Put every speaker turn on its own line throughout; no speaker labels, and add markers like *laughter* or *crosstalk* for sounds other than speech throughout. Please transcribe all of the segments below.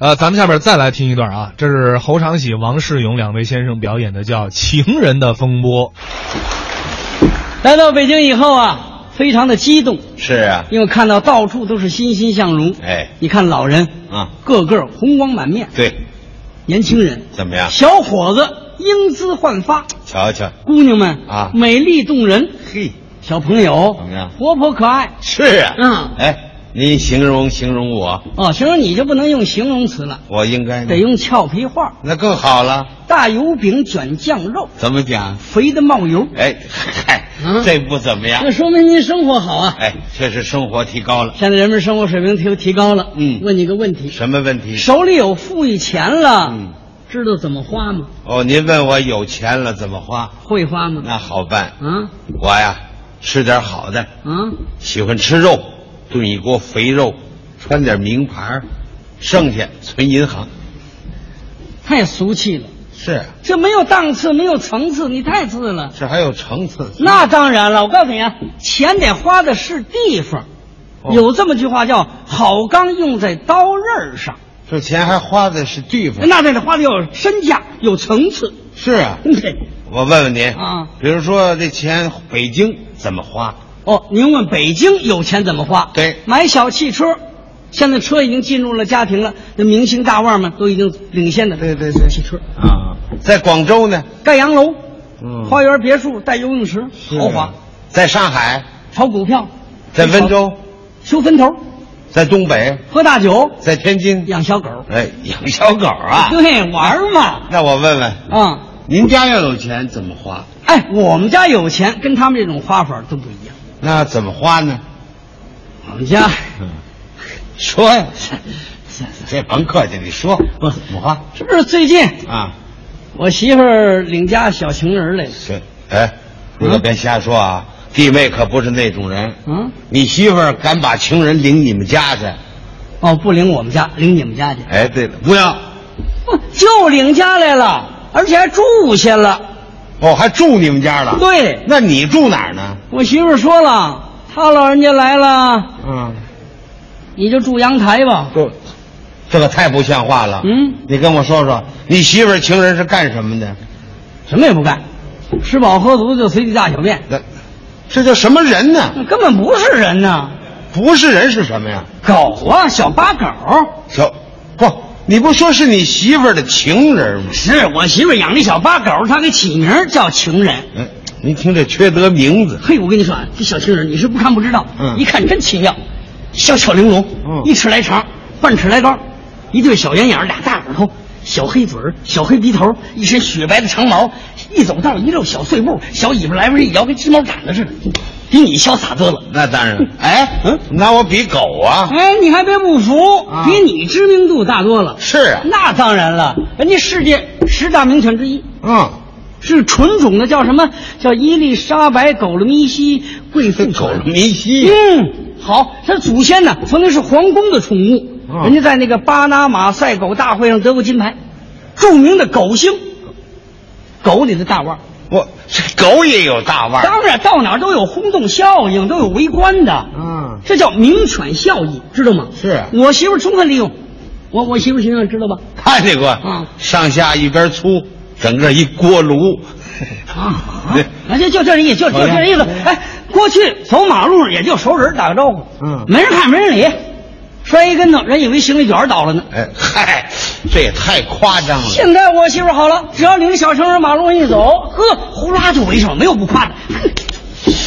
呃，咱们下面再来听一段啊，这是侯长喜、王世勇两位先生表演的叫《情人的风波》。
来到北京以后啊，非常的激动，
是啊，
因为看到到处都是欣欣向荣。
哎
你看老人
啊
个个红光满面，
对，
年轻人
怎么样？
小伙子英姿焕发，
瞧瞧，
姑娘们
啊
美丽动人，
嘿，
小朋友
怎么样
活泼可爱。
是啊，
嗯
哎，您形容形容我，
哦，形容你就不能用形容词了，
我应该呢
得，用俏皮话。
那更好了。
大油饼卷酱肉，
怎么讲？
肥的冒油，
哎，嗨
嗯，
这不怎么样
这。说明您生活好啊。
哎，确实生活提高了。
现在人们生活水平提提高了。
嗯
问你个问题，
什么问题？
手里有富裕钱了，
嗯
知道怎么花吗？
哦，您问我有钱了怎么花？
会花吗？
那好办，
啊
我呀吃点好的，
啊，
喜欢吃肉，炖一锅肥肉，穿点名牌儿，剩下存银行。
太俗气了，
是啊，
这没有档次，没有层次，你太次了。
这还有层次。
那当然了，我告诉你啊，钱得花的是地方。
哦
有这么句话叫“好钢用在刀刃上
这钱还花的是地”，方。
那得花的有身价，有层次。
是啊，
对，
我问问您
啊，
比如说这钱北京怎么花？
哦，您问北京有钱怎么花？
对
买小汽车，现在车已经进入了家庭了，那明星大腕们都已经领先的。对对对，汽车、
啊，在广州呢？
盖洋楼、
嗯
花园别墅、带游泳池，豪华。
啊在上海，
炒股票，
在温州，
修坟头，
在东北，
喝大酒，
在天津。
养小狗
哎，养小狗
*laughs*
啊？
对，玩儿嘛。
那我问问，
啊、
您家要有钱怎么花？
哎，我们家有钱，跟他们这种花法都不一样。
那怎么花呢？
我们家，
*laughs* 说呀，这甭客气，你说
不
怎么花
这不 *laughs* 是最近
啊？
我媳妇儿领家小情人来了。
行，哎，你可别瞎说啊！弟妹可不是那种人。
嗯，
你媳妇儿敢把情人领你们家去？
哦，不领我们家，领你们家去。
哎，对了，不要，
不就领家来了，而且还住下了。
哦，还住你们家了？，
对，
那你住哪儿呢？
我媳妇儿说了，她老人家来了，
嗯，
你就住阳台吧。
这，这可太不像话了。
嗯，
你跟我说说，你媳妇儿情人是干什么的？
什么也不干，吃饱喝足就随地大小便，
那，这叫什么人呢？
那根本不是人呐，
不是人是什么呀？
狗啊，小八狗。
小，不，你不说是你媳妇儿的情人吗？
是我媳妇儿养那小八狗，她给起名儿叫情人。
哎，您听这缺德名字，
嘿，我跟你说啊，这小情人你是不看不知道，
嗯
一看真奇妙，小巧玲珑，
嗯
一尺来长，半尺来高，一对小圆眼儿，俩大耳朵，小黑嘴儿，小黑鼻头，一身雪白的长毛，一走道一溜小碎步，小尾巴来回一摇，跟鸡毛掸子似的，比你潇洒多了。
那当然。哎，
嗯
嗯，拿我比狗啊？
哎，你还别不服，
啊
比你知名度大多了。
是啊，
那当然了，人家世界十大名犬之一。
嗯，
是纯种的，叫什么？叫伊丽莎白狗了咪西贵妇
这
犬
狗了迷西。
嗯，好，它祖先呢曾经是皇宫的宠物，
啊
人家在那个巴拿马赛狗大会上得过金牌，著名的狗星，狗里的大腕儿。
我这狗也有大腕儿。
当然，到哪儿都有轰动效应，都有围观的，
嗯，
这叫名犬效应，知道吗？
是啊
我媳妇儿充分利用，我我媳妇儿形象知道吧？
看见过。
嗯
上下一边粗，整个一锅炉。
啊，啊，就就这意思，就就这意思。哎，过去走马路上也就熟人打个招呼，
嗯
没人看没人理，摔一跟头，人以为行李卷倒了呢。
哎嗨，这也太夸张了。
现在我媳妇好了，只要领着小情人马路上一走，呵，呼啦就围上，没有不夸的。哼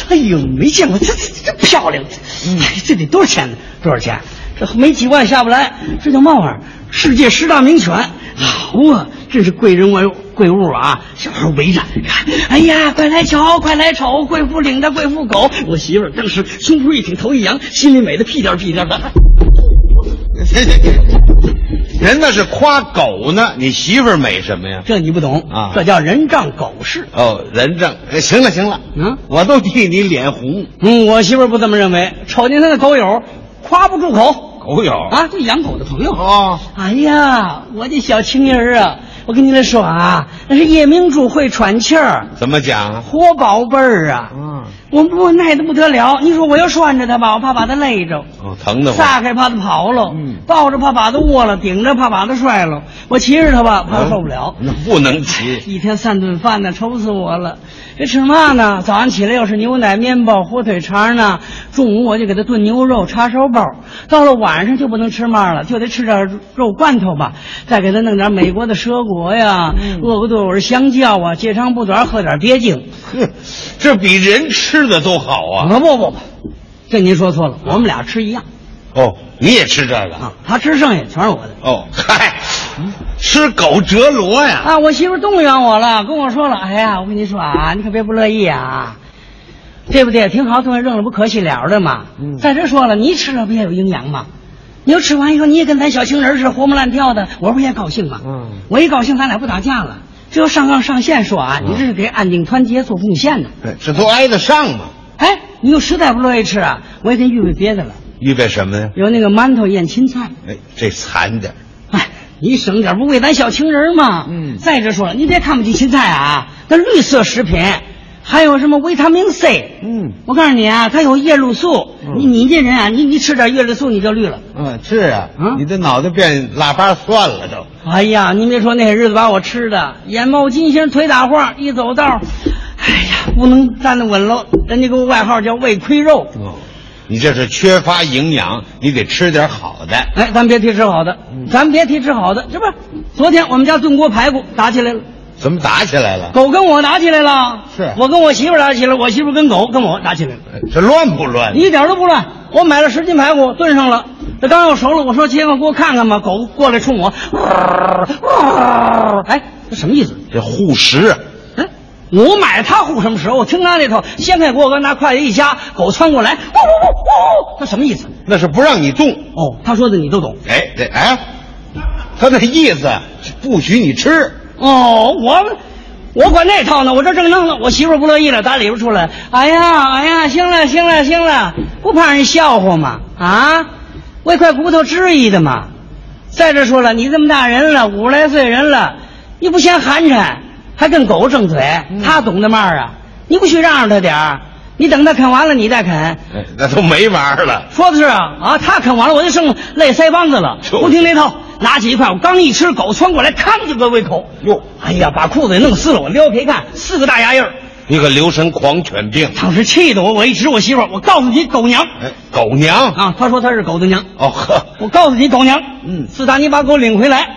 哎呦，没见过，这这这漂亮，哎这得多少钱呢？多少钱？这没几万下不来，这叫嘛玩意儿？世界十大名犬，好啊，真是贵人我贵物啊！小孩围着，哎呀，快来瞧，快来瞅，贵妇领着贵妇狗。我媳妇儿当时胸脯一挺，头一扬，心里美的屁颠儿屁颠儿的。
人那是夸狗呢，你媳妇儿美什么呀？
这你不懂
啊
这叫人仗狗势。
哦，人正。哎行了行了，
嗯
我都替你脸红。
嗯，我媳妇儿不这么认为，瞅见她的狗友，夸不住口
狗友啊
啊，就养狗的朋友。
哦，
哎呀，我的小情人儿啊，我跟你来说啊，那是夜明珠会喘气儿，
怎么讲？
活宝贝儿啊。
嗯，
我不耐得不得了。你说我要拴着他吧，我怕把他累着；
哦，疼的
撒
慌。
开怕他跑了，
嗯
抱着怕把他卧了，顶着怕把他摔了。我骑着他吧，怕他受不了。
啊那不能骑。
*laughs* 一天三顿饭呢，愁死我了。这吃嘛呢？早上起来又是牛奶、面包、火腿肠呢。中午我就给他炖牛肉、叉烧包。到了晚上就不能吃嘛了，就得吃点肉罐头吧。再给他弄点美国的蛇果呀、鄂格多尔香蕉啊，截长不短，喝点鳖精。
哼，这比人吃的都好啊！
不不不，这您说错了，我们俩吃一样
哦，你也吃这个
啊？，他吃剩下全是我的。
哦，嗨，吃狗折罗呀！
嗯啊，我媳妇儿动员我了，跟我说了，哎呀，我跟你说啊，你可别不乐意啊，对不对？挺好，东西扔了不可惜了的嘛。
嗯
再者说了，你吃了不也有营养吗？你要吃完以后，你也跟咱小情人似的活蹦乱跳的，我不也高兴吗？
嗯
我一高兴，咱俩不打架了。这要上纲上线说啊，你这是给安定团结做贡献呢。
哎这都挨得上吗？
哎，你又实在不乐意吃啊，我也给你预备别的了，
预备什么呀？
有那个馒头腌青菜。
哎，这惨点儿
哎，你省点不为咱小情人吗？
嗯
再者说了，你别看不起芹菜啊，那绿色食品，还有什么维他命 C，
嗯
我告诉你啊，它有叶绿素。
嗯
你你这人啊，你你吃点叶绿素你就绿了。
嗯，是啊
啊
你的脑袋变腊八蒜了都。
哎呀，您别说那些日子把我吃的眼冒金星，腿打晃，一走道，哎呀，不能站得稳喽。人家给我外号叫胃亏肉。
哦，你这是缺乏营养，你得吃点好的。
哎，咱别提吃好的，
嗯
咱别提吃好的，这不，昨天我们家炖锅排骨打起来了。
怎么打起来了？
狗跟我打起来了，
是
我跟我媳妇儿打起来，我媳妇儿跟狗跟我打起来了，
哎这乱不乱？
一点都不乱。我买了十斤排骨炖上了，这刚要熟了，我说街坊给我看看吧，狗过来冲我，哎，这什么意思？
这护食，啊
嗯，我买了它护什么时候？我听他那头，掀开锅盖拿筷子一夹，狗窜过来，呜呜呜，这什么意思？
那是不让你动。
哦，他说的你都懂。
哎，这哎，他那意思是不许你吃。
哦，我我管那套呢，我这正弄呢，我媳妇儿不乐意了，打里边出来，哎呀哎呀，行了行了行了，不怕人笑话吗？啊，为块骨头至于的吗？再者说了，你这么大人了，五十来岁人了，你不嫌寒碜，还跟狗争嘴，
嗯
他懂得嘛儿啊？你不去让着他点儿，你等他啃完了你再啃。
哎，那都没玩儿了。
说的是啊啊，他啃完了我就剩累腮帮子了，
就是
不听那套，拿起一块，我刚一吃，狗窜过来，吭就给我胃口。
哟，
哎呀，把裤子也弄撕了，我撩开看，四个大牙印儿。
你可留神狂犬病。
当时气得我，我一指我媳妇儿，我告诉你狗娘
哎，狗娘。
啊！她说她是狗的娘，
哦呵，
我告诉你狗娘。
嗯
自打你把狗领回来，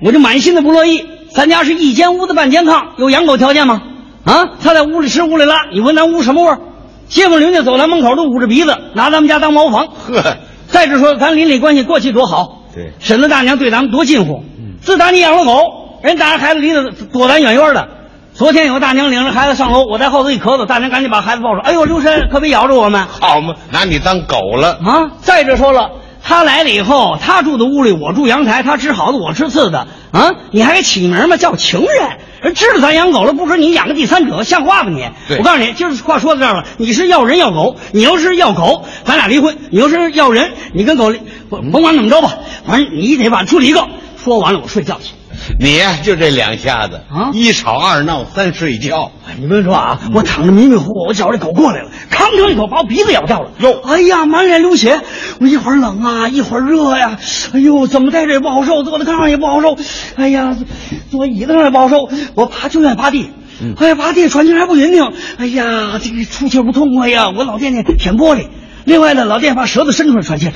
我就满心的不乐意。咱家是一间屋子半间炕，有养狗条件吗？啊，它在屋里吃屋里拉，你闻咱屋什么味儿？街坊邻居走廊门口都捂着鼻子，拿咱们家当茅房。
呵，
再者说，咱邻里关系过去多好，
对
婶子大娘对咱们多近乎。自打你养了狗，人打着孩子离得躲咱远远的。昨天有个大娘领着孩子上楼，我在后头一咳嗽，大娘赶紧把孩子抱住，哎呦，留神，可别咬着我们
好嘛，拿你当狗了。
啊！再者说了，他来了以后，他住的屋里，我住阳台，他吃好的，我吃次的啊！你还给起名吗？叫情人。人知道咱养狗了，不准你养个第三者，像话吗你？
对
我告诉你，今儿话说到这儿了，你是要人要狗，你要是要狗，咱俩离婚；你要是要人，你跟狗离，甭甭管怎么着吧，反正你得把处理一个。说完了，我睡觉去。
你呀、就这两下子
啊
一吵二闹三睡觉。
哎你们说啊，我躺着迷迷糊糊，我觉着狗过来了，吭哧一口把我鼻子咬掉了。
哟
哎呀，满脸流血，我一会儿冷啊，一会儿热呀、哎呦，怎么在这也不好受，坐在炕上也不好受，哎呀，坐椅子上也不好受，我爬就愿意爬地。哎呀，爬地喘气还不匀听，哎呀，这个出气不痛快呀！我老惦记舔玻璃，另外呢，老惦记把舌头伸出来喘气。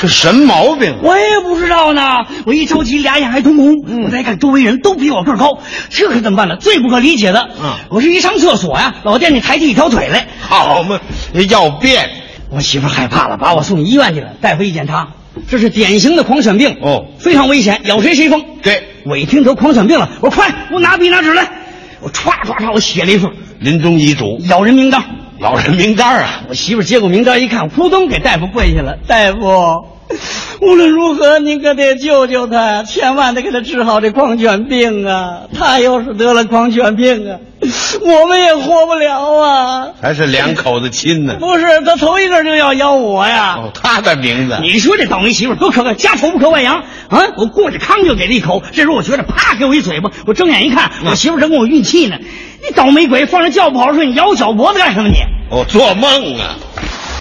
这什么毛病啊？
我也不知道呢，我一着急俩眼还通红。
嗯
我再看周围人都比我个儿高，这可怎么办呢？最不可理解的，
嗯
我是一上厕所呀、老惦记抬起一条腿来。
好嘛，要变。
我媳妇儿害怕了，把我送医院去了。大夫一检查，这是典型的狂犬病
哦
非常危险，咬谁谁疯。
对，
我一听得狂犬病了，我快，给我拿笔拿纸来，我歘歘歘，我写了一份
临终遗嘱，
咬人名单。
老人名单啊。
我媳妇儿接过名单一看，扑通给大夫跪下了。大夫，无论如何，您可得救救他，千万得给他治好这狂犬病啊！他要是得了狂犬病啊，我们也活不了啊！
还是两口子亲呢。
不是，他头一个就要咬我呀！
哦，他的名字，
你说这倒霉媳妇儿多可爱，家丑不可外扬啊！我过去康就给他一口，这时候我觉得啪给我一嘴巴，我睁眼一看，我媳妇儿正跟我运气呢。你倒霉鬼，放着觉跑出去，你咬我脚脖子干什么你？
哦，做梦啊！